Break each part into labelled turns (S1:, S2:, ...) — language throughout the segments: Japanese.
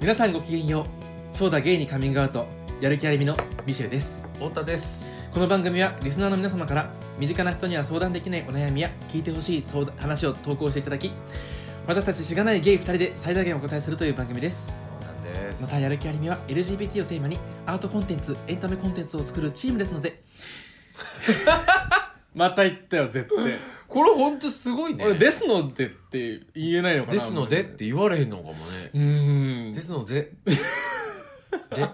S1: 皆さんごきげんようそうだゲイにカミングアウトやる気ありみのミシェルです
S2: 太田です
S1: この番組はリスナーの皆様から身近な人には相談できないお悩みや聞いてほしい相談話を投稿していただき私たちしがないゲイ2人で最大限お答えするという番組です
S2: そうなんです
S1: またやる気ありみは LGBT をテーマにアートコンテンツエンタメコンテンツを作るチームです のでまた言ったよ絶対
S2: これほんとすごいね
S1: 俺「ですので」って言えないのかな
S2: ですのでって言われへんのかもね
S1: うーん
S2: ですの でで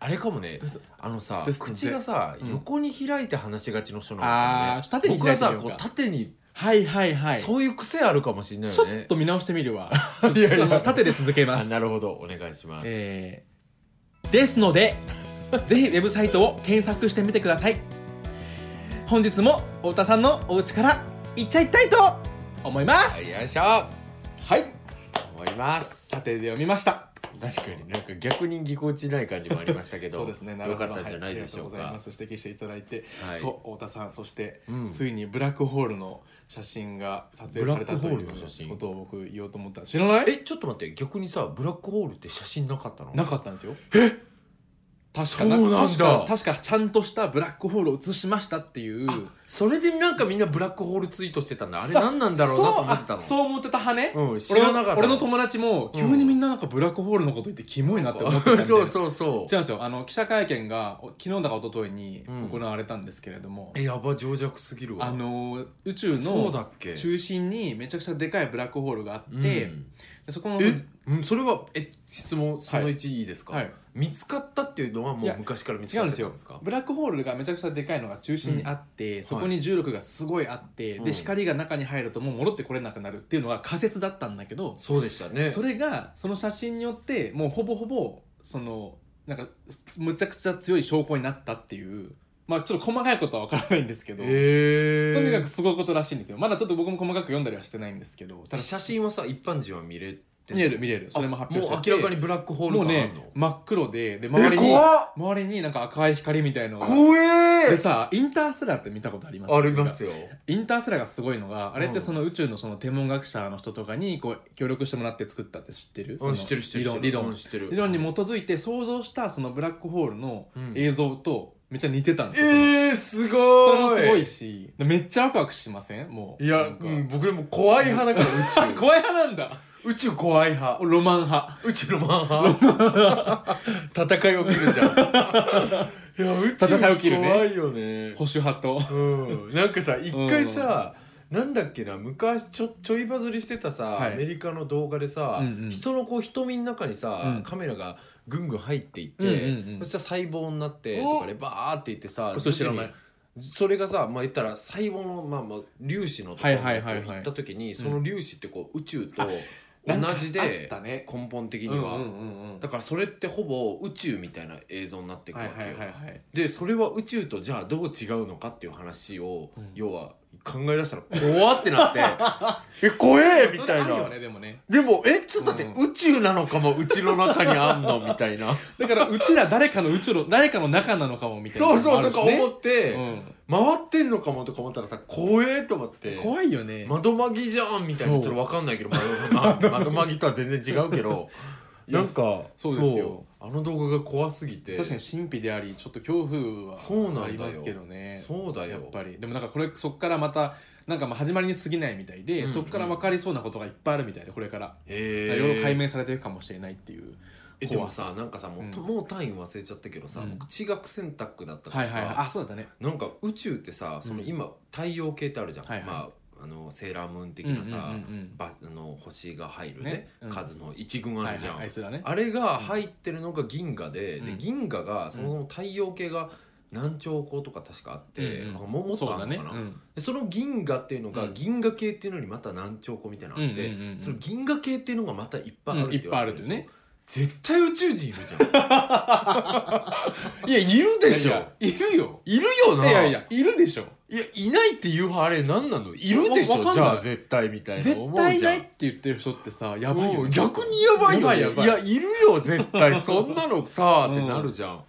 S2: あれかもねあのさ
S1: ですので
S2: 口がさ
S1: うん
S2: 横に開いて話しがちの人なの
S1: あーちょっと縦に
S2: 僕は
S1: 開いてみ
S2: さ
S1: ようか
S2: こう縦に
S1: はいはいはい
S2: そういう癖あるかもしれない
S1: ちょ
S2: よね
S1: っと見直してみるわ
S2: いやいや
S1: まあ縦で続けま
S2: あ
S1: す
S2: なるほどお願いします
S1: えーですのでぜひウェブサイトを検索してみてください本日も太田さんのお家から行っちゃいたいと思いま
S2: は
S1: す
S2: いよいしょ
S1: はい
S2: 思います
S1: 縦で読みました
S2: 確かになんか逆にぎこちない感じもありましたけど
S1: そうですねなる
S2: よ
S1: ほど
S2: かったんじゃないでしょう
S1: はいありがとうござい
S2: か
S1: ます指摘していただいて、
S2: はい
S1: そう太田さんそして、
S2: うん
S1: ついにブラックホールの写真が撮影されたとい
S2: ブラックホー
S1: う
S2: ルの写真
S1: ことを僕言おうと思った知らない
S2: えちょっと待って逆にさブラックホールって写真なかったの
S1: なかったんですよえ確か
S2: そうなんだ
S1: 確か確かちゃんとしたブラックホールを映しましたっていう
S2: それでなんかみんなブラックホールツイートしてたんだあれ何なんだろうなと思ってたの
S1: そうあそう思ってた派ね、
S2: うん知らなかった
S1: 俺の俺の友達も
S2: うん
S1: 急にみんななんかブラックホールのこと言ってキモいなって思ってたんで
S2: そうそうそう
S1: 違うんですよあの記者会見がお昨日だか一昨日に
S2: うん
S1: 行われたんですけれども、
S2: えやば情弱すぎるわ
S1: あの宇宙
S2: そうだ
S1: の
S2: っけ
S1: 中心にめちゃくちゃでかいブラックホールがあって、
S2: うん
S1: でそこの
S2: えうんそれはえ質問その1いいですか、
S1: はい
S2: 見つかったっていうのはも
S1: いうや
S2: 昔から見つ
S1: 違う
S2: か
S1: ん
S2: って
S1: です
S2: たん
S1: よ
S2: ですか
S1: ブラックホールがめちゃくちゃでかいのが中心にあって、そこに重力がすごいあって、
S2: うん
S1: で光が中に入るともう戻ってこれなくなるっていうのが仮説だったんだけど、
S2: そうでしたね
S1: それがその写真によってもうほぼほぼそのなんかむちゃくちゃ強い証拠になったっていうまあちょっと細かいことは分からないんですけど、
S2: えー、
S1: とにかくすごいことらしいんですよまだちょっと僕も細かく読んだりはしてないんですけどただ
S2: 写真はさ一般人は見れてんの
S1: 見れる見れるそれも発表して
S2: あ
S1: あっ
S2: も
S1: て
S2: う明らかにブラックホール
S1: もう
S2: 感あ
S1: ね
S2: んの
S1: 真っ黒でで周
S2: え
S1: りに
S2: 怖っ
S1: 周りになんか赤い光みたいのが
S2: 怖え
S1: でさインターステラーって見たことあります
S2: ありますよ
S1: インターステラーがすごいのがあれっ
S2: う
S1: て
S2: ん
S1: その宇宙のその天文学者の人とかにこう協力してもらって作ったって知ってる、そ
S2: うん
S1: の
S2: 知ってる知ってる
S1: 理論理
S2: うん
S1: 論
S2: 知ってる
S1: 理論に基づいて想像したそのブラックホールの
S2: うん
S1: 映像とめっちゃ似てたんですよ、
S2: えー、すご
S1: そ
S2: ー
S1: れもそれもすごいしめっちゃワクワクしませんもうい
S2: いや、
S1: なんか
S2: うん、僕でも怖い派だから宇宙
S1: 怖い派なんだ
S2: 宇宙怖い派
S1: ロマン派
S2: 宇宙のマンハ 戦い起きるじゃんいや宇宙
S1: 戦い起きるね
S2: 怖いよね
S1: 保守派と
S2: うんなんかさ一回さ、なんだっけな昔ちょちょいバズりしてたさ、
S1: はい
S2: アメリカの動画でさ、
S1: うんうん
S2: 人のこう瞳の中にさ、
S1: うん
S2: カメラがぐんぐん入っていって、
S1: うんうんうん
S2: そしたら細胞になってとかでバーっていってさ
S1: 嘘知ら
S2: 徐
S1: ない
S2: 々にそれがさ、まあ、言ったら細胞の、まあまあ、粒子のところにこ
S1: はいはいはいはいう
S2: 行った時にその粒子ってこう宇宙と
S1: あ
S2: 同じで
S1: なんかあったね
S2: 根本的
S1: う
S2: に
S1: んうん
S2: は。
S1: うんうん
S2: だからそれってほぼ宇宙みたいな映像になってく
S1: は
S2: る
S1: い
S2: わけ
S1: は
S2: よ、
S1: いはいはい
S2: でそれは宇宙とじゃあどう違うのかっていう話を、
S1: うん
S2: 要は考え出したら怖ってなって え怖えみたい
S1: それあるよ
S2: な、
S1: ねでもね
S2: でもえちょっと待って、
S1: う
S2: 宇宙なのかもうちの中にあんのみたい な
S1: だからうちら誰かの宇宙の誰かの中なのかもみたいな
S2: そうそうとか思
S1: っ
S2: って、
S1: うん
S2: 回ってんのかもとか思ったらさ怖えと思って
S1: 怖いよね、
S2: 窓まぎじゃんみたいな
S1: そう
S2: ちょっと分かんないけど 窓,、ま、窓まぎとは全然違うけど
S1: いや
S2: なんか
S1: そうですよ
S2: そうあの動画が怖すぎて
S1: 確かに神秘でありちょっと恐
S2: そうなん
S1: 怖
S2: だよ
S1: はありますけどね
S2: そうだよ
S1: やっぱりでもなんかこれそっからまたなんかまあ始まりに過ぎないみたいで、
S2: うんうん
S1: そっから分かりそうなことがいっぱいあるみたいでこれからい
S2: えー
S1: ろいろ解明されてるかもしれないっていう
S2: えでも
S1: 怖さ
S2: さなんかさもう,、
S1: うん
S2: もう単位忘れちゃったけどさ、
S1: うん
S2: 僕地学選択だったか
S1: は
S2: ら
S1: い
S2: さ、
S1: はいはいあそうだったね
S2: なんか宇宙ってさその
S1: うん
S2: 今太陽系ってあるじゃん、
S1: はいはい
S2: まあ、あのセーラームーン的なさ、
S1: うんうんうんうん
S2: ばあの星が入るね
S1: ねうん
S2: 数の一群あ
S1: はい
S2: るじゃん、
S1: はいあいつらね
S2: あれが入ってるのが銀河で,、
S1: う
S2: で
S1: ん
S2: 銀河がそもそも太陽系が何兆個とか確かあって、
S1: うんうん
S2: あももっとあるのかな
S1: そうだねうん
S2: でその銀河っていうのが
S1: うん
S2: 銀河系っていうのにまた何兆個みたいなのあって、
S1: うんうんうんうん
S2: その銀河系っていうのがまたいっぱいある
S1: うんいっぱいあるんだよ
S2: 言われてるん
S1: ね
S2: ですよ絶対宇宙人いるじゃんいやいるでし
S1: い
S2: ょ
S1: やいるよ
S2: いるよ
S1: い
S2: ない
S1: やいやいるでしょ
S2: いやいないっていう派あれ何なのいるでし
S1: わわかんな
S2: ょじゃあ
S1: い
S2: 絶対みたいな思
S1: 絶
S2: うじゃん
S1: 対いないって言ってる人ってさやばいよ
S2: う
S1: ね
S2: ん逆にやばいよね
S1: やばい
S2: い
S1: や
S2: や
S1: ば
S2: いるよ絶 対そんなのさってなるじゃん、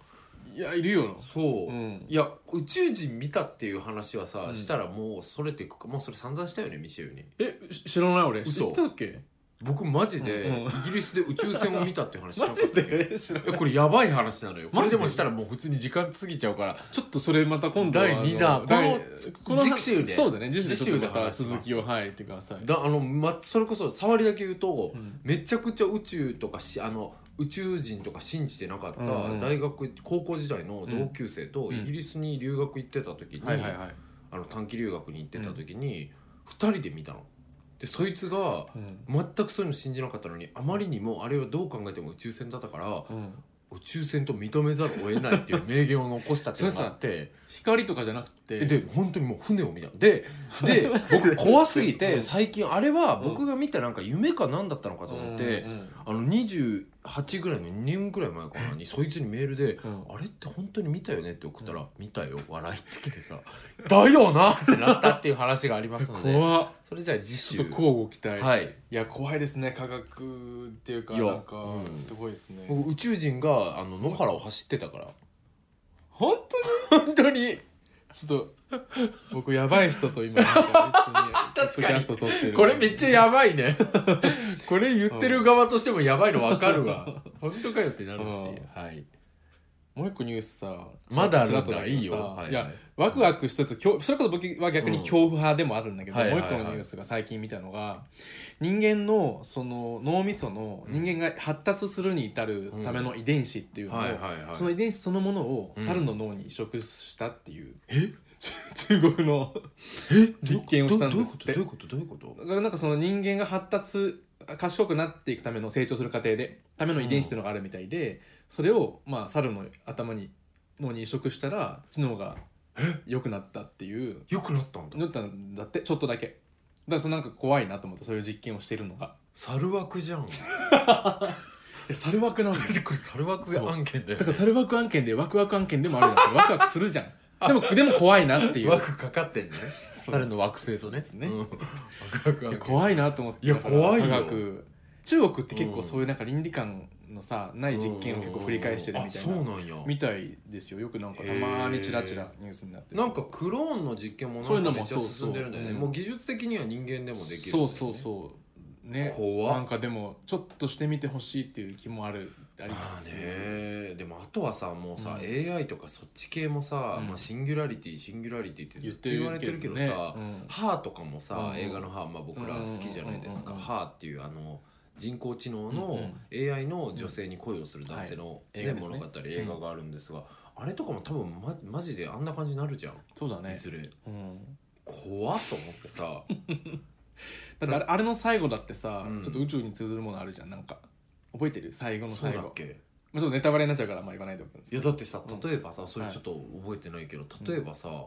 S1: いいやいるよ
S2: そう、
S1: うん
S2: いや宇宙人見たっていう話はさ、
S1: うん
S2: したらもうそれていくかもうそれ散々したよねミシェルに
S1: えし知らない俺
S2: 嘘
S1: 知ってたっけ
S2: 僕マジで、
S1: うんうん
S2: イギリスで宇宙船を見たって話しなか
S1: マ
S2: っ
S1: ジ
S2: た
S1: で知らない
S2: えこれやばい話なのよこ
S1: マ
S2: れ
S1: ジで
S2: でもしたらもう普通に時間過ぎちゃうから
S1: ちょっとそれまた今度は
S2: 第二弾
S1: あの第
S2: この次週で
S1: そうだね次週でちょっとまた
S2: 次週で話し
S1: 続
S2: ます
S1: きをはいってください
S2: だあの、ま、それこそ触りだけ言うと、
S1: うん
S2: めちゃくちゃ宇宙とかしあの宇宙人とか信じてなかった
S1: うんうん
S2: 大学、高校時代の同級生と
S1: うん
S2: イギリスに留学行ってた時に、
S1: はいはいはい
S2: あの短期留学に行ってた時に、二人で見たの。でそいつが
S1: うん
S2: 全くそういうの信じなかったのにあまりにもあれはどう考えても宇宙船だったから
S1: うん
S2: 宇宙船と認めざるを得ないっていう名言を残したっていうのがあって
S1: 光とかじゃなくて
S2: えで本当にもう船を見た でで僕怖すぎ
S1: うん
S2: て最近あれは僕が見たなんか夢か何だったのかと思って、
S1: うんうん
S2: あの28ぐらいの2年ぐらい前かなにそいつにメールで
S1: うん
S2: 「あれって本当に見たよね?」って送ったら「見たよ笑い」ってきてさ「だよな!」ってなったっていう話がありますので
S1: 怖っ
S2: それじゃあ次
S1: ちょ
S2: 週
S1: っと交互期待
S2: はい
S1: いや怖いですね科学っていうか
S2: いや
S1: なんか
S2: うん
S1: すごいですね
S2: 僕宇宙人があの野原を走ってたから
S1: 本当に本当にちょっと僕やばい人と今なん か一
S2: 確かに
S1: 緒にポッドキャスト撮ってる
S2: これめっちゃやばいね これ言ってる側としてもやばいの分かる わ本当かよってなるし
S1: うん
S2: はい
S1: もう一個ニュースさ
S2: まだあるん
S1: ちらっ
S2: だ
S1: と
S2: い
S1: けど
S2: いよ
S1: さ
S2: はい
S1: いやワクワクしつつ恐それこそ僕は逆に恐怖派でもあるんだけど、
S2: うんはい
S1: もう
S2: はい
S1: 一
S2: はい
S1: 個のニュースが最近見たのが人間のその脳みその
S2: うん
S1: 人間が発達するに至るための遺伝子っていうのを、
S2: はいはいはい
S1: その遺伝子そのものを
S2: うん
S1: 猿の脳に移植したっていう、
S2: え
S1: 中中国の
S2: え
S1: 実験をしたんですって
S2: どういうことどういうことどういうこ
S1: だからなんかその人間が発達賢くなっていくための成長する過程でための遺伝子っていうのがあるみたいで、それをまあ猿の頭に脳に移植したら知能が良くなったっていう
S2: とよくなったんだ
S1: なったんだってちょっとだけだからそのなんか怖いなと思ってそういう実験をしているのが
S2: 猿枠じゃ ん
S1: いや猿枠なんだよ
S2: これ猿枠案件だよ
S1: だから猿枠案件でワクワク案件でもあるん だってワクワクするじゃんでもでも怖いなっていう
S2: 枠かかってんね猿の惑星とね
S1: ね
S2: うんワクワク
S1: い
S2: 案件
S1: や怖いなと思って
S2: いや
S1: だから
S2: 怖いよ
S1: 科学中国って結
S2: う
S1: 構
S2: ん
S1: そういうなんか倫理観のさない実験を結構繰り返してるみたい
S2: あそう
S1: な
S2: なんや
S1: みたいですよよくなんかたまにチラチラニュースになってる
S2: なんかクローンの実験も
S1: そうい
S2: な
S1: うんの
S2: か
S1: も
S2: めっちゃ
S1: そ
S2: 進
S1: うそう
S2: んでるんだよね
S1: うん
S2: もう技術的には人間でもできるんだよ
S1: そう
S2: ね
S1: そうそうね
S2: 怖っ
S1: なんかでもちょっとしてみてほしいっていう気もあるあり
S2: ま
S1: つ
S2: あ
S1: つ
S2: ねでもあとはさもうさ、
S1: う
S2: AI とかそっち系もさ、
S1: うん
S2: まあ、シンギュラリティシンギュラリティってず
S1: 言
S2: っ
S1: っ
S2: と
S1: てる
S2: 言われてるけどさ
S1: ね
S2: 「
S1: うん
S2: 歯」とかもさ、
S1: うん
S2: 映画の「歯」まあ、僕ら好きじゃないですか「
S1: うん
S2: 歯」っていうあの人工知能
S1: う
S2: の
S1: ん
S2: AI の女性に恋をする男性の、
S1: はい
S2: ね
S1: 映画ですね
S2: 物語映画があるんですが、あれとかも多分まマジであんな感じになるじゃん、
S1: そうだ
S2: い
S1: ね
S2: ずれ
S1: うん
S2: 怖っと思 ってさ
S1: だってあれあれの最後だってさ
S2: うん
S1: ちょっと宇宙に通ずるものあるじゃんなんか覚えてる最後の
S2: そう
S1: 最
S2: だ
S1: 後
S2: っけ
S1: まあちょっとネタバレになっちゃうからあんまあ言わないでおくんです
S2: い
S1: け
S2: や
S1: ど
S2: だってさ
S1: うん
S2: 例えばさ、それ
S1: はい
S2: ちょっと覚えてないけど例えばさ、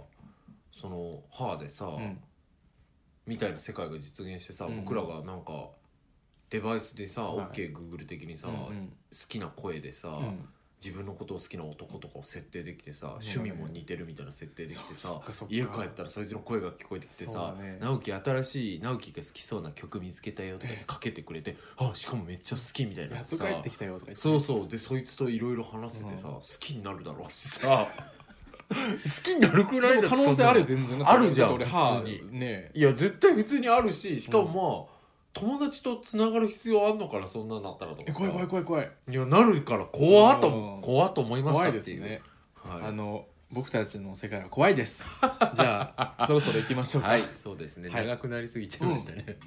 S2: その歯でさ、
S1: うん
S2: みたいな世界が実現してさ、
S1: うん
S2: 僕らがなんかデバイスでさ、
S1: はい
S2: OKGoogle 的にさ、
S1: う
S2: 好
S1: ん
S2: きな声でさ、
S1: うんうん
S2: 自分のことを好きな男とかを設定できてさ、
S1: ん
S2: 趣味も似てるみたいな設定できて
S1: そ
S2: さ
S1: っかそっか
S2: 家帰ったらそいつの声が聞こえてきて
S1: そうだ
S2: さ「
S1: ね
S2: 直樹新しい直樹が好きそうな曲見つけたよ」とかってかけてくれて「あしかもめっちゃ好き」みたいな
S1: やっと帰ってきたよとか言って
S2: そうそうでそいつといろいろ話せてさ、好きになるだろうしさ 好きになるくらい
S1: でも可能性あるよ全然
S2: あるじゃん
S1: だって俺歯
S2: 普通
S1: ね
S2: いや絶対普通にあるししかもまあ、友達とつながる必要あんのからそんなんなったらと
S1: え
S2: か
S1: 怖い怖い怖い怖い
S2: いやなるから怖っと
S1: う
S2: も
S1: ん
S2: 怖っと思いまし
S1: 怖
S2: た
S1: い
S2: っ
S1: で
S2: て
S1: す
S2: いう
S1: ね
S2: はい、
S1: あの僕たちの世界は怖いですじゃ あそろそろ行きましょうか
S2: はいそうですね、
S1: はい
S2: 長くなりすぎちゃいましたね、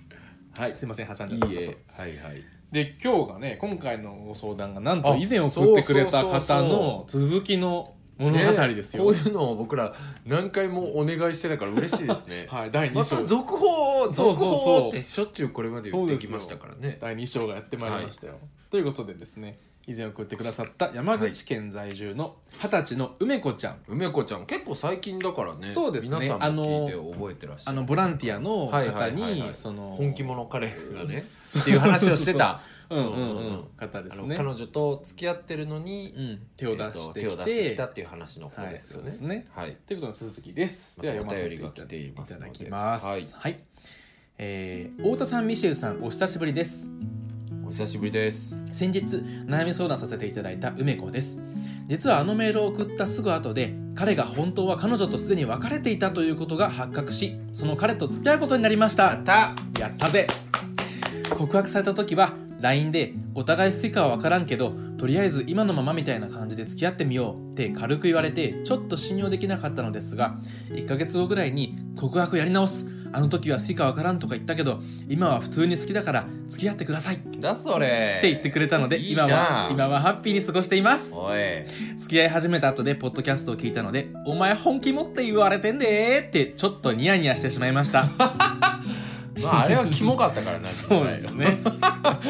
S2: はい
S1: すいませんはしゃん
S2: い
S1: じゃ
S2: い
S1: っ
S2: え
S1: た
S2: はいはい
S1: で今日がね今回のご相談がなんと
S2: あ
S1: 以前送ってくれた
S2: そうそうそう
S1: 方
S2: そう
S1: の続きの物語ですよ
S2: ねこういうのを僕ら何回もお願いしてたから嬉しいですね
S1: はい第2
S2: また
S1: 章
S2: 続報
S1: そう
S2: 続
S1: そうそう
S2: 報ってしょっちゅうこれまで言ってきましたからね
S1: 第2章がやってまいりましたよということでですね以前送ってくださった山口県在住の二十歳の梅子ちゃん
S2: 梅子ちゃん結構最近だからね
S1: そうですね
S2: 皆さんも聞いて覚えてらっしゃ
S1: あ
S2: る
S1: のボランティアの
S2: はいは
S1: 方
S2: いはいは
S1: に
S2: い
S1: その
S2: 本気者カレーがね
S1: そう
S2: っていう話をしてた
S1: うん
S2: う
S1: うん
S2: んう
S1: う
S2: んん
S1: 方で
S2: あ
S1: す
S2: の
S1: ね
S2: 彼女と付き合ってるのに、
S1: うん手を出して
S2: えっと手を
S1: き
S2: 出して
S1: て
S2: きたっていう話の方ですよ
S1: はいそうで
S2: ね。
S1: すね
S2: はい
S1: ということの続きです。
S2: ま
S1: で
S2: た
S1: は読ませてい
S2: お便りが来ています
S1: た
S2: ので
S1: だきます。は
S2: はいい、
S1: えー太田さん、ミシェルさん、お久しぶりです。
S2: お久しぶりです。
S1: 先日悩み相談させていただいた梅子です実はあのメールを送ったすぐ後で彼が本当は彼女とすでに別れていたということが発覚しその彼と付き合うことになりました
S2: た
S1: やったぜ告白された時は LINE でお互い好きかは分からんけどとりあえず今のままみたいな感じで付き合ってみようって軽く言われてちょっと信用できなかったのですが1ヶ月後ぐらいに告白やり直すあの時は好きか分からんとか言ったけど今は普通に好きだから付き合ってくださいって
S2: だそれ
S1: 言ってくれたので
S2: いい
S1: 今
S2: な
S1: は今はハッピーに過ごしています
S2: おい
S1: 付き合い始めた後でポッドキャストを聞いたので「お前本気持って言われてんで」ってちょっとニヤニヤしてしまい ました
S2: まああれはキモかった からな
S1: そうですねは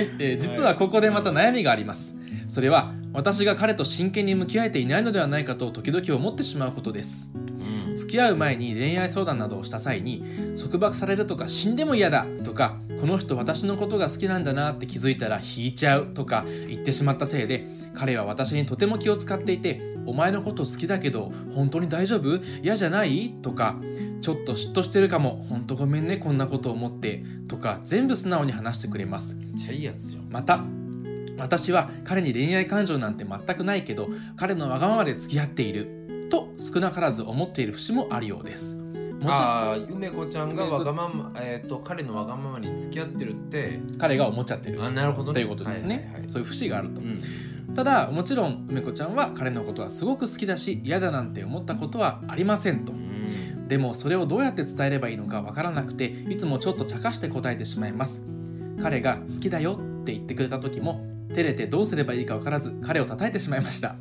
S1: い、えー実はここでまた悩みがありますそれは私が彼と真剣に向き合えていないのではないかと時々思ってしまうことです
S2: うん
S1: 付き合う前に恋愛相談などをした際に束縛されるとか死んでも嫌だとかこの人私のことが好きなんだなって気づいたら引いちゃうとか言ってしまったせいで彼は私にとても気を使っていてお前のこと好きだけど本当に大丈夫嫌じゃないとかちょっと嫉妬してるかも本当ごめんねこんなこと思ってとか全部素直に話してくれます
S2: めっちゃいいやつじゃん
S1: また私は彼に恋愛感情なんて全くないけど彼のわがままで付き合っていると少なからず思っている節もあるようですもちろ
S2: ああ梅子ちゃんがわがままえっ、と彼のわがままに付き合ってるって
S1: ん彼が思っちゃってる
S2: あなるほど
S1: と
S2: ね
S1: いうことですね、
S2: はいはいはい
S1: そういう節があると
S2: うん
S1: ただもちろん梅子ちゃんは彼のことはすごく好きだし嫌だなんて思ったことはありませんと
S2: うん
S1: でもそれをどうやって伝えればいいのかわからなくていつもちょっと茶化して答えてしまいます彼が好きだよって言ってくれた時も照れてどうすればいいかわからず彼を叩いてしまいました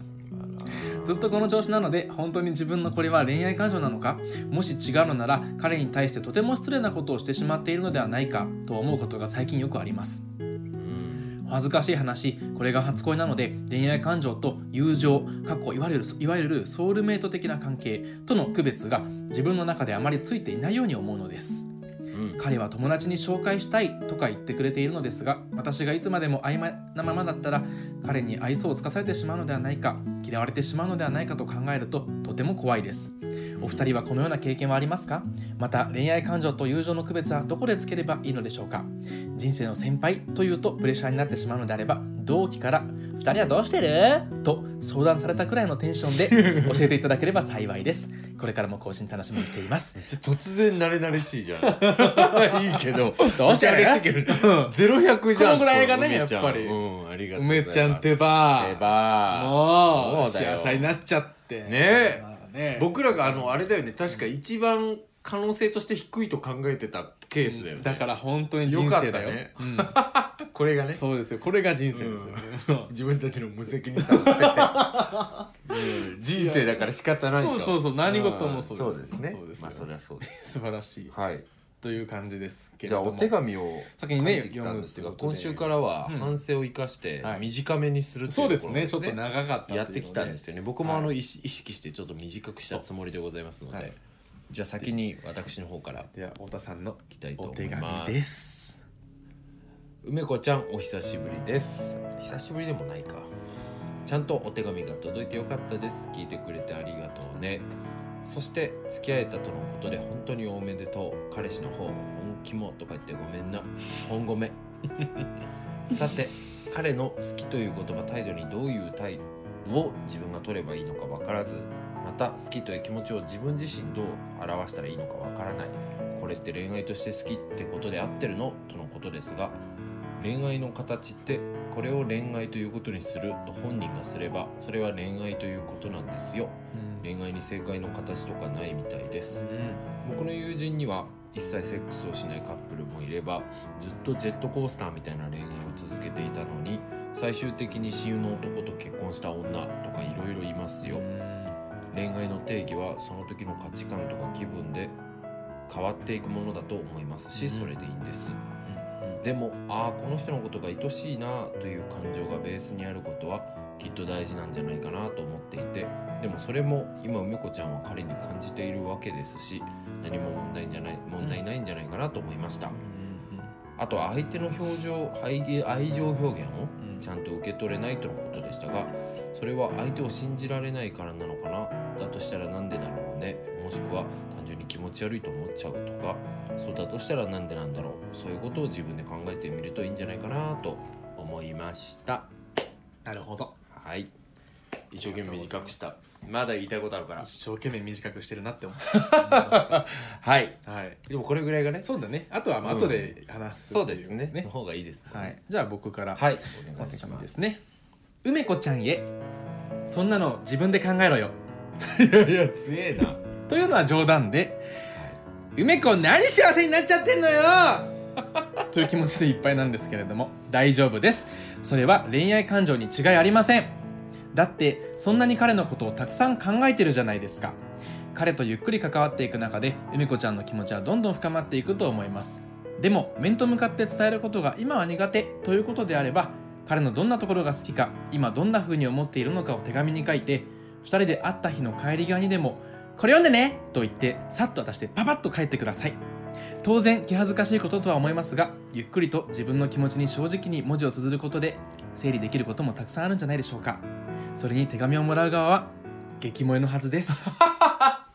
S1: ずっとこの調子なので本当に自分のこれは恋愛感情なのかもし違うのなら彼に対してとても失礼なことをしてしまっているのではないかと思うことが最近よくあります
S2: うん
S1: お恥ずかしい話これが初恋なので恋愛感情と友情過去いわゆるいわゆるソウルメイト的な関係との区別が自分の中であまりついていないように思うのです
S2: うん
S1: 彼は友達に紹介したいとか言ってくれているのですが私がいつまでも曖昧なままだったら彼に愛想をつかされてしまうのではないか嫌われてしまうのではないかと考えるととても怖いですお二人はこのような経験はありますかまた恋愛感情と友情の区別はどこでつければいいのでしょうか人生の先輩というとプレッシャーになってしまうのであれば同期から「二人はどうしてる?」と相談されたくらいのテンションで教えていただければ幸いですこれからも更新楽しみにしています
S2: めっちゃ突然慣れ慣れしいじゃ んいいけど
S1: どうしてる
S2: めっちゃ嬉しいけどゼロ百じゃん
S1: このぐらいがね
S2: こう梅ちゃん
S1: やっぱり
S2: うんありがとうござい
S1: 梅
S2: ます
S1: ちゃん手羽
S2: 手羽
S1: もう
S2: そうだよ
S1: 幸せになっちゃって
S2: ね
S1: え、ね
S2: 僕らがあのあれだよね確か一番可能性として低いと考えてたケースだよね
S1: だから本当に人生だよ
S2: よ
S1: うん
S2: これがね
S1: そうですよこれが人生ですよ、ね
S2: 自分たちの無責任さを捨て て、うん人生だから仕方ないと
S1: そうそうそう何事もそう
S2: で
S1: ですす
S2: そうですね
S1: そうです
S2: ま
S1: よ
S2: あそれはそうです
S1: 素晴らしい
S2: はい
S1: という感じですけれ
S2: じゃあ
S1: ども
S2: お手紙を
S1: 先にね
S2: 書いてきたんですが
S1: 読むってこと
S2: 今
S1: で
S2: 週からは
S1: うん
S2: 反省を生かして
S1: はい
S2: 短めにするってい
S1: そううで
S2: と
S1: す
S2: ころ
S1: ねちょっと長かった
S2: やってきたんですよね僕もあの
S1: は
S2: 意識意識してちょっと短くしたつもりでございますので、
S1: はい
S2: じゃあ先に私の方から
S1: では太田さんの
S2: いきたいと
S1: お
S2: 思
S1: 手
S2: いま
S1: 紙
S2: す
S1: です
S2: 梅子ちゃんお久しぶりです久しぶりでもないかちゃんとお手紙が届いてよかったです聞いてくれてありがとうねそして付き合えたとのことで本当におめでとう彼氏の方本気もとか言ってごめんな本ごめ さて彼の好きという言葉態度にどういう態度を自分が取ればいいのか分からずまた好きという気持ちを自分自身どう表したらいいのか分からないこれって恋愛として好きってことで合ってるのとのことですが恋愛の形ってこれを恋愛ということにすると本人がすればそれは恋愛ということなんですよ
S1: うん
S2: 恋愛に正解の形とかないみたいです
S1: うん
S2: 僕の友人には一切セックスをしないカップルもいればずっとジェットコースターみたいな恋愛を続けていたのに最終的に親友の男と結婚した女とかいろいろいますよ恋愛の定義はその時の価値観とか気分で変わっていくものだと思いますし
S1: うん
S2: それでいいんですでもああこの人のことが愛しいなという感情がベースにあることはきっと大事なんじゃないかなと思っていてでもそれも今梅子ちゃんは彼に感じているわけですし何も問題じゃない問題ないんじゃないかなと思いましたあとは相手の表情愛愛情表現をちゃんと受け取れないとのことでしたがそれは相手を信じられないからなのかなだとしたらなんでだろうねもしくは単純に気持ち悪いと思っちゃうとかそうだとしたらなんでなんだろうそういうことを自分で考えてみるといいんじゃないかなと思いました
S1: なるほど
S2: はい一生懸命短くしたまだ言いたいことあるから
S1: 一生懸命短くしてる なって思
S2: はい
S1: たはい
S2: でもこれぐらいがね
S1: そうだねあとはまあ
S2: うん
S1: 後で話す
S2: そう
S1: って
S2: で
S1: い
S2: すねの方がいいですもんね
S1: はいじゃあ僕から
S2: はいお
S1: お
S2: 願い
S1: し
S2: し
S1: み
S2: ま
S1: ですすね梅子ちゃんへそんなの自分で考えろよ
S2: いやいや強えな
S1: というのは冗談で梅子何幸せになっちゃってんのよ という気持ちでいっぱいなんですけれども大丈夫ですそれは恋愛感情に違いありませんだってそんなに彼のことをたくさん考えてるじゃないですか彼とゆっくり関わっていく中で梅子ちゃんの気持ちはどんどん深まっていくと思いますでも面と向かって伝えることが今は苦手ということであれば彼のどんなところが好きか今どんな風に思っているのかを手紙に書いて2人で会った日の帰り際にでも「これ読んでね!」と言ってさっと渡してパパッと帰ってください当然気恥ずかしいこととは思いますがゆっくりと自分の気持ちに正直に文字を綴ることで整理できることもたくさんあるんじゃないでしょうかそれに手紙をもらう側は激萌えのはずです
S2: あ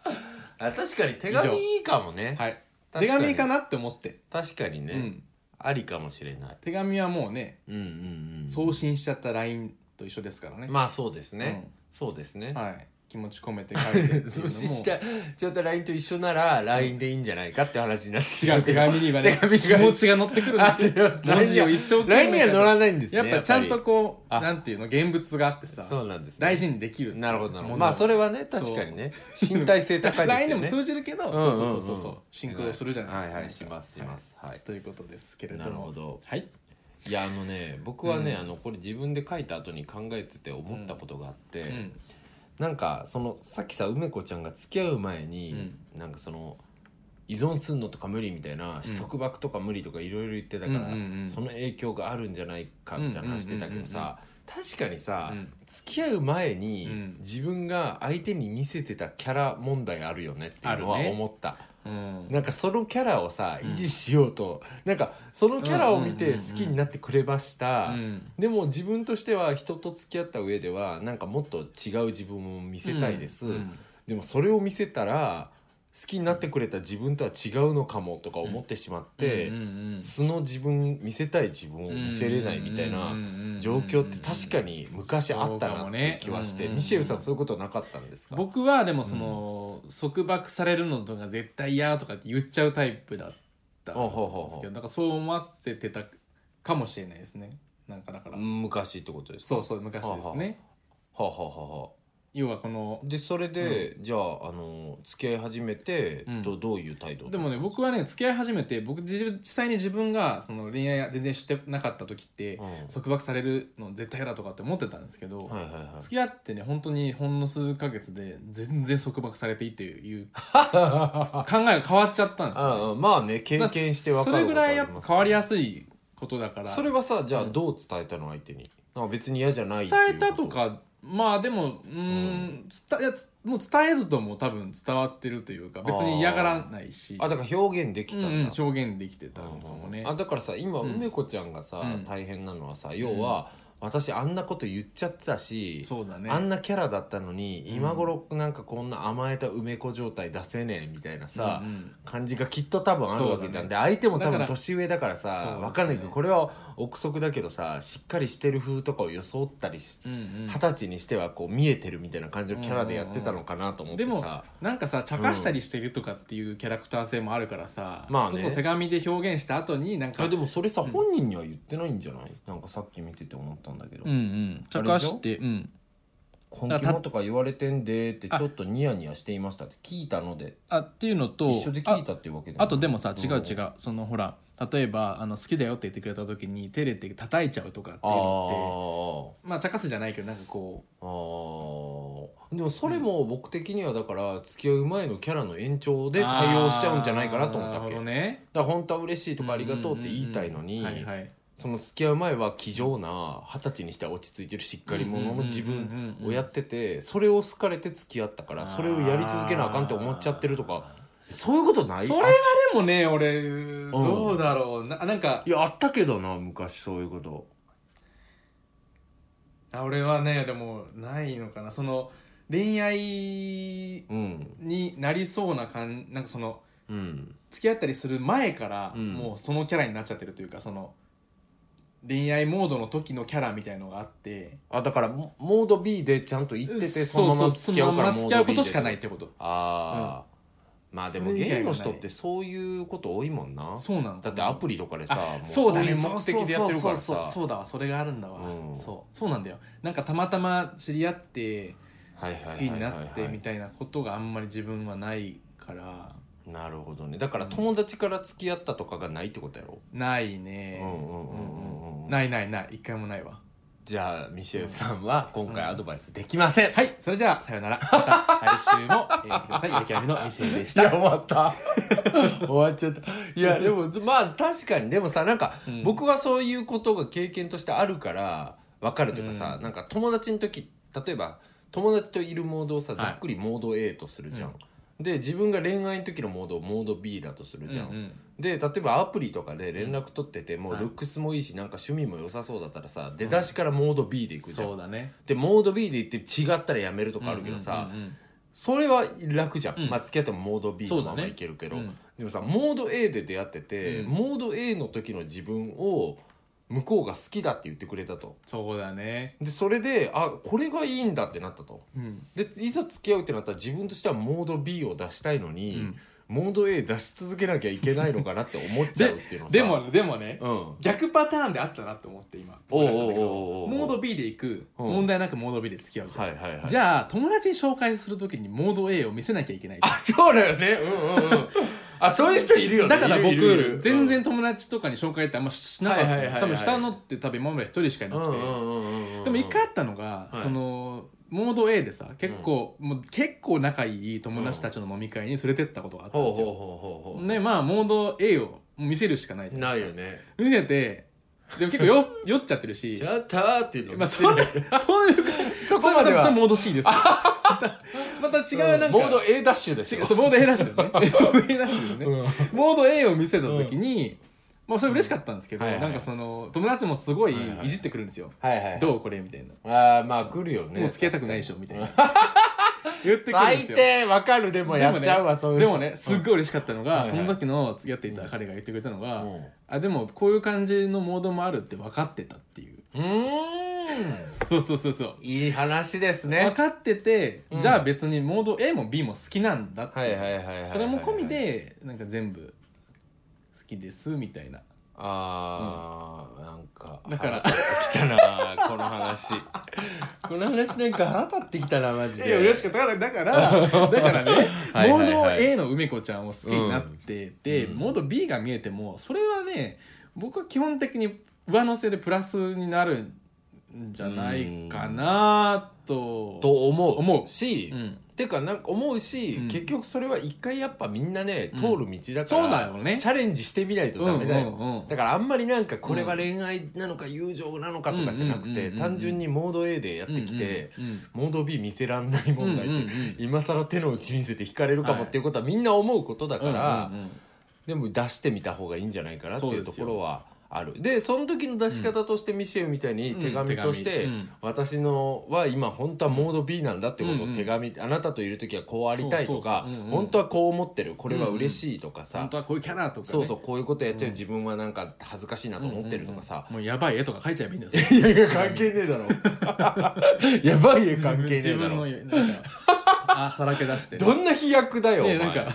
S2: 確かに手紙いいかもね、
S1: はい
S2: 確
S1: 手
S2: かに
S1: 紙かなって思って、
S2: 確かにね、
S1: うん、
S2: ありかもしれない
S1: 手紙はもうね
S2: うんうんうん
S1: 送信しちゃった LINE と一緒ですからね、
S2: まあそうですね、そうですね、
S1: はい気持ち込めて書いてっていうの も
S2: 送信したちょっと LINE と一緒なら LINE でいいんじゃないかって話になってき
S1: 違う手紙にはね
S2: 手紙
S1: 気
S2: が
S1: 持ちが乗ってくるんですよ
S2: あ手紙
S1: 文字を一生懸
S2: LINE
S1: 命
S2: には乗らないんですね
S1: やっぱちゃんと
S2: り
S1: こう
S2: あ
S1: なんていうの現物があってさ
S2: そうなんですね、
S1: 大事にできる
S2: なるほどなるほ
S1: も
S2: ど
S1: のを
S2: まあそれはね確かにね身体性高いです
S1: LINE で
S2: よ
S1: も
S2: ね
S1: 通じるけ
S2: んう
S1: ど
S2: ん
S1: そ
S2: うん
S1: うそうそうそう進行するじゃないですか
S2: はいはいしますしますはい
S1: ということですけれども
S2: なるほど
S1: はい
S2: いやあのね僕はね、
S1: うん
S2: あのこれ自分で書いた後に考えてて思ったことがあって、
S1: うん
S2: なんかそのさっきさ梅子ちゃんが付き合う前に、なんかその依存すんのとか無理みたいな、
S1: うん
S2: 束縛とか無理とかいろいろ言ってたから、
S1: うんうんうん
S2: その影響があるんじゃないかみたいな話してたけどさ、確かにさ、
S1: うん
S2: 付き合う前に、
S1: うん
S2: 自分が相手に見せてたキャラ問題あるよねっていうのは
S1: あるね
S2: 思った。
S1: うん
S2: なんかそのキャラをさ
S1: うん
S2: 維持しようと、なんかそのキャラを見
S1: うん
S2: て
S1: うんうんうん
S2: 好きになってくれました、
S1: うん
S2: でも自分としては人と付き合った上ではなんかもっと違う自分を見せたいです、
S1: うん
S2: でもそれを見せたら好きになってくれた自分とは違うのかもとか思ってしまって、
S1: うんうんうん
S2: 素の自分見せたい自分を見せれないみたいな状況って確かに昔あったなっていう気はして、
S1: そうかもね
S2: ミシェルさんそういうことなかったんですか
S1: 僕はでもその、束縛されるのとか絶対嫌とかって言っちゃうタイプだったん
S2: あほうほう
S1: です
S2: ほ
S1: けど
S2: う
S1: なんかそう思わせてたかもしれないですねなんかだから、
S2: 昔ってことですか
S1: そうそう昔ですね、
S2: はあ、はあはあはあ
S1: 要はこの
S2: でそれで、じゃああの付き合い始めて、
S1: うん
S2: どどういう態度
S1: でもね僕はね付き合い始めて僕自実際に自分がその恋愛全然してなかった時って、
S2: うん
S1: 束縛されるの絶対嫌だとかって思ってたんですけど、
S2: はいはいはい
S1: 付き合ってね本当にほんの数ヶ月で全然束縛されていいっ ていう考えが変わっちゃったんですよね、
S2: ああまあね経験して分かる
S1: それぐらいやっぱ変わりや
S2: す
S1: すいことだから
S2: それはさじゃあどう伝えたの相手になんか別に嫌じゃない
S1: 伝
S2: っていう
S1: えたと
S2: こ
S1: かまあでもうーん伝えいやつもう伝えずとも多分伝わってるというか別に嫌がらないし
S2: あだから表現でき
S1: う
S2: たんだ、
S1: んうん証言できてたのかもね
S2: あだからさ今
S1: うん
S2: 梅子ちゃんがさ、
S1: うん
S2: 大変なのはさ要は、私あんなこと言っちゃってたし
S1: そうだね
S2: あんなキャラだったのに今頃なんかこんな甘えた梅子状態出せねえみたいなさ、
S1: うんうん
S2: 感じがきっと多分あるわけじゃん、
S1: そうだね
S2: で相手も多
S1: だか
S2: 分
S1: ら
S2: 年上だから
S1: そうです
S2: さ
S1: ね
S2: 分かんないけどこれは憶測だけどさしっかりしてる風とかを装ったりし
S1: うんうん
S2: 二十、歳にしてはこう見えてるみたいな感じのキャラでやってたのかなと思って
S1: で
S2: さ、
S1: もなんかさ茶化したりしてるとかっていうキャラクター性もあるからさ、
S2: まあね
S1: そうそう手紙で表現した後になん
S2: い
S1: か
S2: やでもそれさ、本人には言ってないんじゃないなんかさっき見てて思ったんだけど、
S1: うんうん茶化してうん
S2: 根気もとか言われてんでってちょっとニヤニヤしていましたって聞いたので
S1: あっていうのと
S2: 一緒で聞いたっていうわけでも
S1: あとでもさ違う違
S2: ん
S1: うそのほら例えばあの好きだよって言ってくれた時に照れて叩いちゃうとかっていうのってまあ茶化すじゃないけどなんかこ
S2: あーあーでもそれも僕的にはだから付き合う前のキャラの延長
S1: う
S2: で対応しちゃうんじゃないかなと思った
S1: あ
S2: っ
S1: ー
S2: け
S1: なるほど
S2: だか
S1: ね
S2: ら本当は嬉しいとかありがとうって言いたいのに、
S1: うんうんうんうんはいはい
S2: その付き合う前は気丈な二十歳にしては落ち着いてるしっかり者の自
S1: うんうんうん
S2: 分
S1: うん
S2: をやっててそれを好かれて付き合ったからそれをやり続けなあかんって思っちゃってるとかそういうことない
S1: それはでもね俺どうだろうななんか
S2: いやあったけどな昔そういうこと
S1: あ俺はねでもないのかなその恋愛
S2: うん
S1: になりそうな感なんかその
S2: うん
S1: 付き合ったりする前から、
S2: うん
S1: もうそのキャラになっちゃってるというかその恋愛モードの時のキャラみたいのがあって
S2: あだからモモード B でちゃんと行っててそのまま付き合うから
S1: そそ
S2: モー
S1: そのまま付き合
S2: ド
S1: うこ
S2: B
S1: と
S2: で
S1: しかないってこと
S2: ああ、まあでも
S1: それ以外
S2: ゲ
S1: はない
S2: イの人ってそういうこと多いもんな
S1: そうなの
S2: だってアプリとかでさもう
S1: そうだね
S2: そういう目的でやってるから
S1: そうそうそう
S2: さ
S1: そうだわそれがあるんだわ、
S2: うん
S1: そうそうなんだよなんかたまたま知り合って
S2: はいはいはいはいは
S1: 好
S2: い
S1: きになってみたいなことがあんまり自分はないから
S2: なるほどねだから友達から付き合ったとかがないってことやろ
S1: ないね
S2: うんうんうんうんうん
S1: うんないないない一回もないわ
S2: じゃあミシェルさんは今回アドバイスできません、
S1: はいそれじゃあさよならまた来週も、えー、見てください焼き網のミシェルでし
S2: いや
S1: た
S2: 終わった 終わっちゃったい やでもまあ確かにでもさなんか、
S1: うん
S2: 僕はそういうことが経験としてあるからわかるというかさ、
S1: うん
S2: なんか友達の時例えば友達といるモードをさ
S1: はい
S2: ざっくりモード A とするじゃん、
S1: う
S2: で自分が恋愛の時のモードをモード B だとするじゃん、
S1: うんうん
S2: で例えばアプリとかで連絡取ってて、もう
S1: はい
S2: ルックスもいいしなんか趣味も良さそうだったらさ、出だしからモード B で行くじゃん、
S1: そうだね
S2: でモード B で行って違ったらやめるとかあるけどさ、
S1: うんうんうん
S2: それは楽じゃん、
S1: うん
S2: まあ付き合ってもモード B
S1: そ
S2: の
S1: うだ
S2: ま
S1: ね
S2: まいけるけど、
S1: うん
S2: でもさモード A で出会ってて、
S1: うん
S2: モード A の時の自分を向こうが好きだって言ってくれたと
S1: そうだね
S2: でそれであこれがいいんだってなったと
S1: うん
S2: でいざ付き合うってなったら自分としてはモード B を出したいのに、
S1: うん
S2: モード A 出し続けなきゃいけないのかなって思っちゃうっていうのさ
S1: でもでもね、
S2: うん
S1: 逆パターンであったなと思って今
S2: おう
S1: 思い出したんだけど
S2: おうおうおう
S1: モード B で行く
S2: うん
S1: 問題なくモード B で付き合うじゃん、
S2: はいはいはい
S1: じゃあ友達に紹介するときにモード A を見せなきゃいけない
S2: あそうだよねうんうんうんあそういう人いるよね
S1: だから僕
S2: いるいるいる
S1: 全然友達とかに紹介ってあんましなかったの、
S2: はいはいはいはい
S1: 多分下のって多分今まで一人しかいなくて、でも一回あったのが、
S2: はい
S1: そのモード A でさ結構、もう結構仲いい友達たちの飲み会に連れてったことがあったん
S2: ほう
S1: です
S2: ほう
S1: よ、
S2: ほうほうほう
S1: でまあモード A を見せるしかないじゃな
S2: ないい
S1: です
S2: よ
S1: か
S2: ね
S1: 見せてでも結構よ酔っちゃってるし
S2: ちゃったっていうの
S1: まあ、そんな、そういうか、
S2: そこまでは
S1: それそれモード C です。また、また違うなんか、
S2: モード A ダッシュです
S1: 違
S2: よ
S1: う、そうモード A らし いですね。そう、A らしいですね。モード A を見せたときに、まあ、それ嬉しかったんですけど、
S2: はいはい
S1: なんかその、友達もすごい
S2: はいはい
S1: いじってくるんですよ。
S2: はいはい
S1: どうこれみたいな。
S2: ああまあ来るよね
S1: もう付き合いたくないでし
S2: ょ
S1: ょみた いな。言ってくるんで
S2: 最
S1: すよ。
S2: 低わかるでもやっちゃうわそういう
S1: でもね、すっごい嬉しかったのが、
S2: うん
S1: その時の付き合っていた彼が言ってくれたのが、
S2: うん
S1: あ、でもこういう感じのモードもあるって分かってたっていう。
S2: うー
S1: そうそうそうそう。
S2: んいい話ですね
S1: 分かってて、
S2: うん
S1: じゃあ別にモード A も B も好きなんだって、
S2: はいはいはいはいはい
S1: それも込みでなんか全部好きですみたいな
S2: あーなんか
S1: だから
S2: 腹立ってきたなこの 話この話なんか腹立ってきたなマジで
S1: かっただからだからだからね
S2: はいはい
S1: モード A の梅子ちゃんを好きになってて、
S2: うん
S1: モード B が見えてもそれはね僕は基本的に上乗せでプラスになるんじゃないかなと。
S2: と思う
S1: 思う
S2: し、
S1: うん
S2: ていうかなんか思うし、
S1: うん
S2: 結局それは一回やっぱみんなね、
S1: うん
S2: 通る道だから
S1: そうだよね
S2: チャレンジしてみないとダメだよ、
S1: うんうんうん
S2: だからあんまりなんかこれは恋愛なのか友情なのかとかじゃなく
S1: うんうんうん
S2: て
S1: うんうん
S2: 単純にモード A でやってきて、
S1: うんうんうん
S2: モード B 見せらんない問題って、
S1: うんうんうん
S2: 今更手の内見せて引かれるかも
S1: はい
S2: っていうことはみんな思うことだから、
S1: うんうんうん
S2: でも出してみた方がいいんじゃないかなって
S1: そ
S2: いうう
S1: で
S2: と
S1: すよ
S2: ころはあるでその時の出し方としてミシェルみたいに
S1: うん
S2: 手紙として、
S1: 手紙うん
S2: 私のは今本当はモード B なんだってこと
S1: うんう
S2: を
S1: ん
S2: 手紙、あなたといる時はこうありたいとか
S1: そうそうそううんうん
S2: 本当はこう思ってるこれは嬉しいとかさ、
S1: 本当はこういうキャラとか、ね、
S2: そうそうこういうことやっちゃう自分はなんか恥ずかしいなと思ってるとかさ、
S1: もうやばい絵とか描いちゃえばいいんだよ
S2: いやいや関係ねえだろ やばいよ 関係ねえだろ
S1: 自分のなんかあさらけ出して
S2: どんな飛躍だよ、
S1: ね
S2: お
S1: なん
S2: 前
S1: か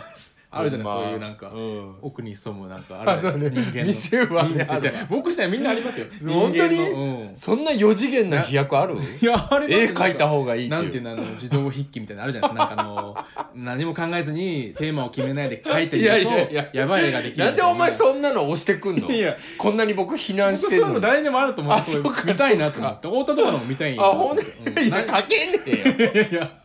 S1: あるじゃない、
S2: ほんま
S1: そういうなんか、
S2: うん
S1: 奥に潜むなんかあるじゃない
S2: あそうね
S1: 人間の
S2: ミシェルはね
S1: 人
S2: あ
S1: 間
S2: るわ
S1: 違う僕したらみんなありますよ
S2: 本当に
S1: 人間のうん
S2: そんな4次元な飛躍ある
S1: いやあれ
S2: 絵描いた方がいいっていう
S1: なんていうのあの自動筆記みたいなのあるじゃないですかなんかあの何も考えずにテーマを決めないで描いてみ
S2: いや
S1: る
S2: い
S1: と
S2: やいや
S1: やばい絵ができる
S2: なんでお前
S1: う
S2: そんなの押してくんの
S1: いや
S2: こんなに僕避難
S1: 僕
S2: し
S1: そう
S2: て
S1: い
S2: ん
S1: う
S2: の
S1: の
S2: に
S1: 誰にもあると 思う
S2: あそうか
S1: これ見たいなと思って太田とかのも見たいん
S2: あ
S1: やと思
S2: ほ
S1: っ
S2: ん
S1: て
S2: と
S1: うん
S2: いや書けねえよ
S1: いやいや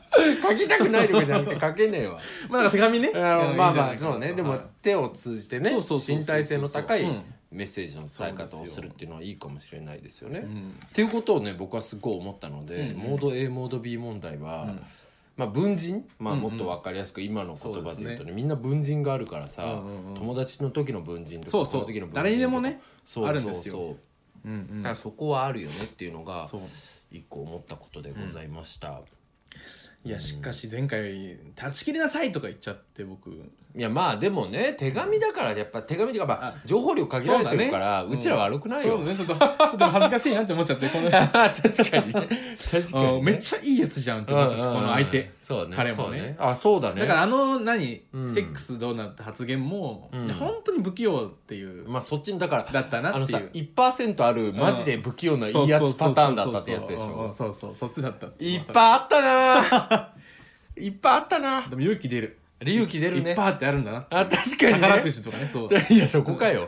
S2: 書きたくないとかじゃなくて書けねえわ
S1: まあなんか手紙ね。
S2: あの
S1: うん
S2: まあ
S1: いいんじゃ
S2: まあ
S1: ないかな
S2: そうねでも
S1: はい
S2: 手を通じてね
S1: そうそうそうそう
S2: 身体性の高い
S1: うん
S2: メッセージの伝え方
S1: そう
S2: を
S1: ですよ
S2: するっていうのはいいかもしれないですよね、
S1: う
S2: っ
S1: ん
S2: ていうことをね僕はすごい思ったので、
S1: うん
S2: モード A モード B 問題は、
S1: うん
S2: まあ文人、まあ、
S1: うんうん
S2: もっと分かりやすく今の言葉で言う
S1: そ
S2: と
S1: う
S2: ね,、みんな文人があるからさ、
S1: うんうんうん
S2: 友達の時の文人とか
S1: そうそう
S2: の時の文人とか
S1: 誰にでもね
S2: そうそうそう
S1: あるんですようんうん
S2: だからそこはあるよねっていうのが
S1: そう
S2: 一個思ったことでございました、
S1: いやしかし前回「断ち切りなさい」とか言っちゃって僕
S2: いやまあでもね手紙だからやっぱ手紙とかまあ
S1: あ
S2: 情報量限られてるからう,、
S1: そうだねうん
S2: ちらは悪くない
S1: そ
S2: よ、
S1: うねちょっと ちょっと恥ずかしいなって思っちゃってこ の
S2: 確かにね確かにね、
S1: あめっちゃいいやつじゃんって思ったしこの相手
S2: そうね
S1: 彼もね
S2: そうあそうだね
S1: だからあの何、
S2: うん
S1: セックスどうなって発言も、
S2: うん
S1: いや本当に不器用っていう、
S2: まあそっちにだから
S1: だった
S2: あ
S1: な
S2: の
S1: ってい
S2: さ
S1: う
S2: 1%あるマジで不器用ないいやつパターンだったってやつでし
S1: うん
S2: ょ
S1: そうそうそうそっちだったって
S2: いっ
S1: い
S2: ぱいあったな いっぱいあったな
S1: でも勇気出る
S2: 勇気出る
S1: い
S2: ね
S1: っぱいあってあるんだな
S2: あ確かにね
S1: 宝くじとかねそう
S2: いやそこかよ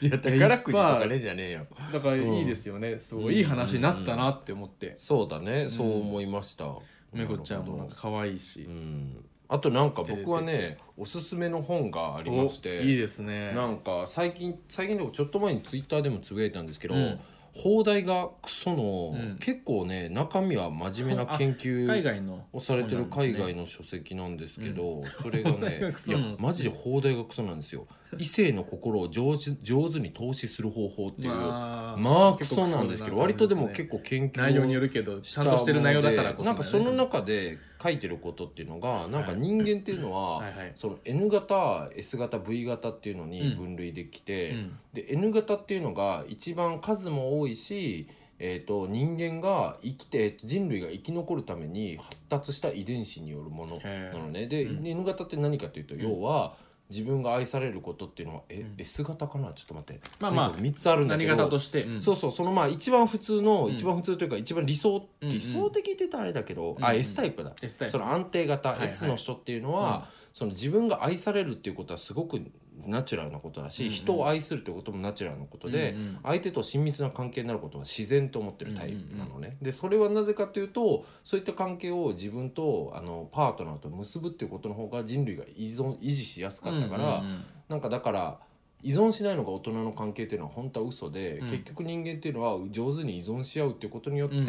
S2: いや宝くじと
S1: い
S2: か
S1: っぱ
S2: ねじゃねえよ
S1: だからいいですよねすごいいい話になったなって思って
S2: そうだねそう思いました
S1: 梅子ちゃんもなんか可愛いし
S2: うんあとなんか僕はねおすすめの本がありまし
S1: おいい
S2: て
S1: ですね
S2: なんか最近最近でもちょっと前にツイッターでもつぶやいたんですけど
S1: うん
S2: 放題がクソの
S1: うん
S2: 結構ね中身は真面目な研
S1: 海
S2: 究
S1: 外の
S2: をされてる海外
S1: の
S2: の書籍なんですけどそれが ねい
S1: 放題がクソ
S2: や
S1: なの
S2: マジで放題がクソなんですよ異性の心を上手上手に投資する方法っていう
S1: ま
S2: まあクソなんですけど割とでも
S1: 結
S2: 結構研
S1: 構内容
S2: 究
S1: によ
S2: を
S1: るけど
S2: し
S1: ち
S2: た
S1: ゃんとしてる内容だからこそ
S2: なんかその
S1: 中
S2: 中で書いてることっていうのがなんか人間っていうのは
S1: はいはい
S2: その N 型 S 型 V 型っていうのに
S1: うん
S2: 分類でき
S1: う
S2: て
S1: ん
S2: で N 型っていうのが一番数も多いしえーと人間が生きて人類が生き残るために発達した遺伝子によるもの
S1: へ
S2: なの
S1: ー
S2: ねで、
S1: うん
S2: N 型って何かというと、
S1: ん
S2: 要は自分が愛されることっていうのは、え
S1: うん
S2: S 型かなちょっと待って
S1: まあまあ
S2: 3つあるんだ
S1: 何
S2: けど
S1: 型としてうん
S2: そうそうそのまあ一番普通の、
S1: うん
S2: 一番普通というか一番理想、
S1: うんうん
S2: 理想的って言ったらあれだけど、
S1: うん
S2: あ
S1: うん
S2: S タイプだ、
S1: S タイプ
S2: その安定型、
S1: はいはい
S2: S の人っていうのは、
S1: うん
S2: その自分が愛されるっていうことはすごくナチュラルなことだし、
S1: うんうん
S2: 人を愛するってこともナチュラルなことで、
S1: うんうん
S2: 相手と親密な関係になることは自然と思ってるタイプなのね、でそれはなぜかというとそういった関係を自分とあのパートナーと結ぶっていうことの方が人類が依存維持しやすかったから、
S1: うんうんうん
S2: なんかだから依存しないのが大人の関係っていうのは本当は嘘で、
S1: うん
S2: 結局人間っていうのは上手に依存し合うっていうことによって、
S1: うんうんう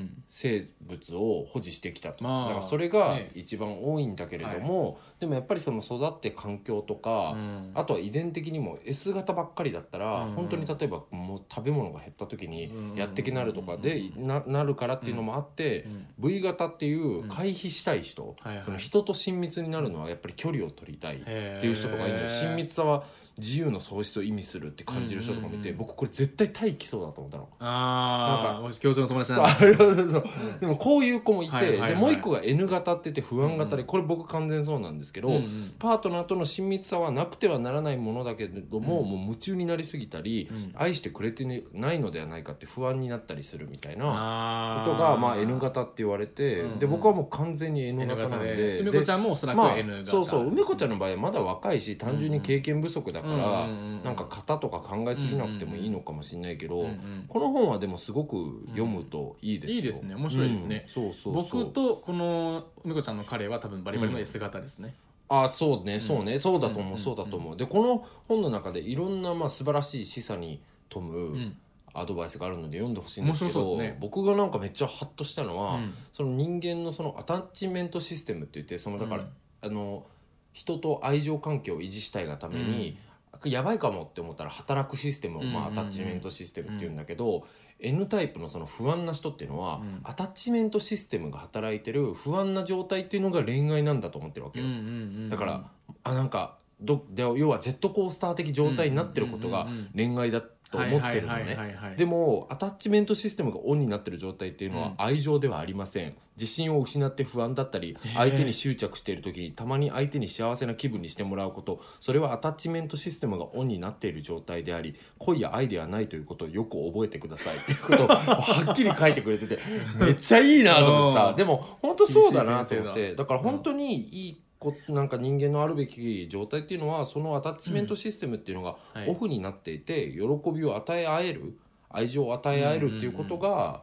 S1: ん
S2: 生物を保持してきたと、
S1: まあ
S2: だからそれが
S1: ね
S2: 一番多いんだけれども、でもやっぱりその育って環境とか、
S1: うん
S2: あとは遺伝的にも S 型ばっかりだったら、
S1: うんうん
S2: 本当に例えばもう食べ物が減った時に
S1: うん
S2: やってけなるとかで、ななるからっていうのもあって、V 型っていう回避したい人、
S1: はいはい
S2: その人と親密になるのはやっぱり距離を取りたい
S1: っ
S2: っていう人とかいるのよ親密さは自由の喪失を意味するって感じる人とかもいて、
S1: うんうんうん
S2: 僕これ絶対対来そうだと思ったの。
S1: ああ共通の友達
S2: そ
S1: な
S2: うん
S1: だ
S2: そうそうそうでもこういう子もいて、
S1: はいはいはい
S2: でもう一個が N 型って言って不安型で、
S1: うん
S2: これ僕完全そうなんですけど、
S1: うんうん
S2: パートナーとの親密さはなくてはならないものだけれども、
S1: うん
S2: もう夢中になりすぎたり、
S1: うん
S2: 愛してくれてないのではないかって不安になったりするみたいな
S1: あ
S2: こ
S1: ー
S2: とがまあ N 型って言われて、
S1: うんうん
S2: で僕はもう完全に N
S1: N
S2: 型な
S1: 型
S2: ん
S1: で
S2: で。
S1: 梅
S2: で
S1: 子ちゃんもおそらく
S2: まあ
S1: N 型
S2: そうそう梅子ちゃんの場合はまだ若いし単純に経験不足だから、
S1: うんうんうんうん
S2: なんか型とか考えすぎなくてもいいのかもしれないけど、
S1: うんうん
S2: この本はでもすごく読むといいですよ、
S1: うんいいですね面白いですね
S2: うんそうそうそう
S1: 僕とこの梅子ちゃんの彼は多分バリバリの S 型ですね
S2: あそうねそうね、そうだと思う、
S1: うん
S2: そうだと思うでこの本の中でいろんなまあ素晴らしい示唆に富
S1: う
S2: む
S1: ん
S2: アドバイスがあるので読んでほしいんですけ
S1: 面白そ
S2: ど、
S1: うですね
S2: 僕がなんかめっちゃハッとしたのは、
S1: うん
S2: その人間のそのアタッチメントシステムって言ってそのだから、
S1: うん
S2: あの人と愛情関係を維持したいがために、やばいかもって思ったら働くシステムを、まあ、
S1: う
S2: ア
S1: んうんう
S2: タ
S1: ん
S2: ッチメントシステムっていうんだけど、N タイプのその不安な人っていうのは、
S1: うん
S2: アタッチメントシステムが働いてる不安な状態っていうのが恋愛なんだと思ってるわけよ。
S1: うんうんうんうん
S2: だからあなんかどで要はジェットコースター的状態になってることが
S1: うんうんうん
S2: 恋愛だと思ってるの
S1: はいはい
S2: ね
S1: はいはいはい
S2: でもアタッチメントシステムがオンになってる状態っていうの
S1: う
S2: は
S1: ん
S2: 愛情ではありません、自信を失って不安だったり
S1: ー
S2: 相手に執着している時にたまに相手に幸せな気分にしてもらうことそれはアタッチメントシステムがオンになっている状態であり恋や愛ではないということをよく覚えてくださいっていうことをはっきり書いてくれて てめっちゃいいなと思って
S1: う
S2: さ
S1: ん
S2: でも本当そうだなと
S1: 厳しい
S2: 思っ
S1: 先生
S2: てだから本当にいいこなんか人間のあるべき状態っていうのはそのアタッチメントシステムっていうのが
S1: うんはい
S2: オフになっていて喜びを与え合える愛情を与え合えるっていうことが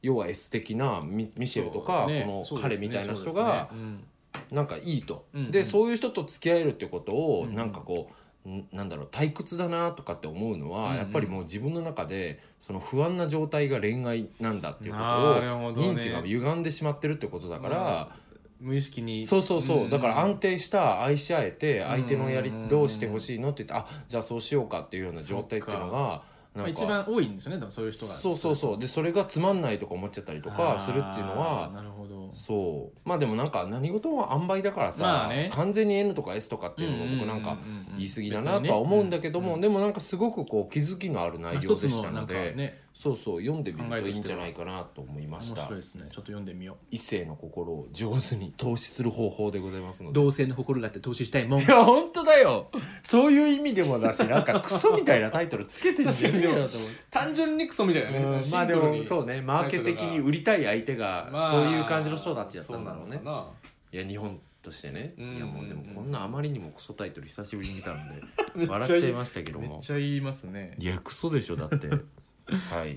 S2: 要は S 的なミミシェルとか
S1: そうね
S2: こ
S1: そう
S2: の
S1: です
S2: 彼
S1: ね
S2: みたいな人
S1: そう
S2: が
S1: ですねうん
S2: なんかいいと。
S1: うんうん
S2: でそういう人と付き合えるってことを
S1: うんうん
S2: なんかこうんなんだろう退屈だなとかって思うの
S1: うん
S2: は
S1: うん
S2: やっぱりもう自分の中でその不安な状態が恋愛なんだっていうことを
S1: なるほどね
S2: 認知が歪んでしまってるってことだから。
S1: 無意識に
S2: そうそうそう、
S1: ん
S2: だから安定した愛し合えて相手のやり、
S1: うんうんうん
S2: どうしてほしいのって言ってあじゃあそうしようかっていうような状態っていうのがなん
S1: まあ
S2: か
S1: 一番多いんですよねでもそういう人が
S2: そうそうそうでそれがつまんないとか思っちゃったりとかするっていうの
S1: あー
S2: は
S1: なるほど
S2: そうまあでもなんか何事も塩梅だからさ、
S1: まあね
S2: 完全に N とか S とかっていうのが僕なんか言い過ぎだなとは思うんだけども、
S1: 別にね
S2: でもなんかすごくこう気づきのある内容
S1: 一つ
S2: でし
S1: の
S2: た
S1: な
S2: の
S1: ん
S2: で
S1: かね
S2: そうそう読んでみ
S1: 考え
S2: る
S1: と
S2: と
S1: してはい
S2: いんじゃないかなと思いま
S1: 面
S2: した
S1: 白いですねちょっと読んでみよ
S2: 一世の心を上手に投資する方法でございますの
S1: う
S2: で
S1: 同性の心だって投資したいもん
S2: いや本当だよそういう意味でもだしなんかクソみたいなタイトルつけてんじゃねえよと思って
S1: 単純にクソみたいなね
S2: うんまあでもそう
S1: ね
S2: ねマーケ的に売りたい相手がそういう感じの人たちだったんだろうね、いや日本としてね、
S1: うん
S2: いやもうでもこんなあまりにもクソタイトル久しぶりに見たん
S1: め
S2: で
S1: っちゃ
S2: 笑っちゃいましたけど
S1: めっ
S2: も
S1: ちゃ言いますね
S2: いやクソでしょだってはい
S1: っ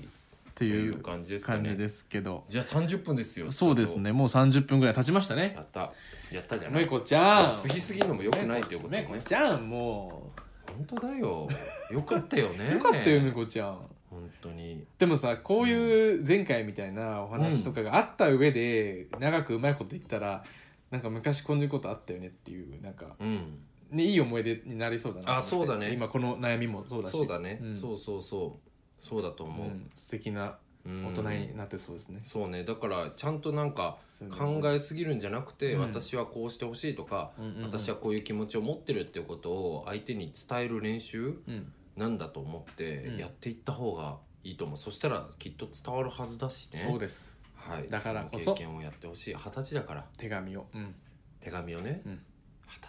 S2: と
S1: てい
S2: いう
S1: う
S2: 感じですか
S1: 感
S2: ね
S1: じですけど
S2: じゃあ30分ですよ
S1: そうですねもう30分ぐらい経ちましたね
S2: やったやったじゃな
S1: め
S2: い
S1: こちゃん
S2: 過ぎすぎるのも良くないということ
S1: め
S2: ね
S1: こちゃんも
S2: 本当だよよかったよ
S1: う
S2: ね
S1: よかったよめこちゃん
S2: 本当に
S1: でもさこういう前回みたいなお話とかがあった上で長くうまいこと言ったらなんか昔こういうことあったよねっていうなんか
S2: うん
S1: ねいい思い出になりそうだなと思って
S2: あそうだね
S1: 今この悩みもそうだし
S2: そうだね、
S1: ん
S2: そうそうそうそうだと
S1: う
S2: 思う、
S1: ん素敵な
S2: うん
S1: 大人になってそうですね
S2: そうねだからちゃんとなんか
S1: そうだね
S2: 考えすぎるんじゃなくて、
S1: うん
S2: 私はこうしてほしいとか、
S1: うんうんうん
S2: 私はこういう気持ちを持ってるっていうことを相手に伝える練習
S1: うん
S2: なんだと思って
S1: うん
S2: やっていった方がいいと思う、そしたらきっと伝わるはずだしね
S1: そうです
S2: はい、
S1: だからこそ
S2: の経験をやってほしい二十歳だから
S1: 手紙をうん
S2: 手紙をね
S1: う
S2: 二
S1: ん
S2: 十、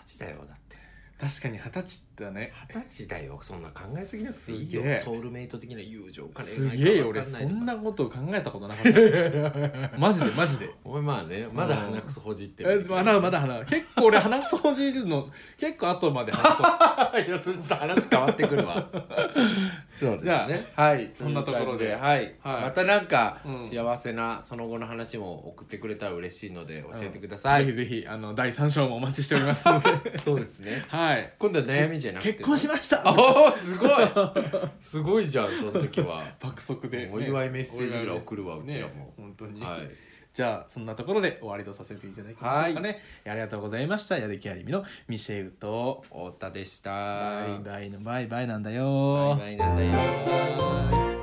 S2: 歳だよだって
S1: 確かに二十歳だね
S2: 二十歳だよそんな考えすぎなくていいよ
S1: すげえ
S2: ソウルメイト的な友情から
S1: すげえよ俺そんなことを考えたことな かったマジでマジで
S2: お前まあねまだ鼻くそほじって
S1: え
S2: る
S1: まだ まだ鼻結構俺鼻掃除るの結構後まで話そ う
S2: いやそれちょっと話変わってくる わそうです
S1: じゃ
S2: ねはい
S1: そんなところで
S2: いう感じはい、
S1: はい
S2: またなんか、
S1: うん
S2: 幸せなその後の話も送ってくれたら嬉しいので教えてください、
S1: ぜひぜひあの第三章もお待ちしておりますの で
S2: そうですね
S1: はい
S2: 今度は悩みじゃなくて
S1: 結婚しました
S2: おおすごい すごいじゃんその時は
S1: 爆速で、
S2: お祝いメッセージぐらい送るわ
S1: お祝いメッセージ
S2: うちらも
S1: 本当に、
S2: はい
S1: じゃあそんなところで終わりとさせていただきましょうかね、ありがとうございました矢出きありみのミシェウと
S2: 太田でした
S1: バイ
S2: バ
S1: バイのバイバイなんだよ
S2: イバイなんだよ
S1: バイバイ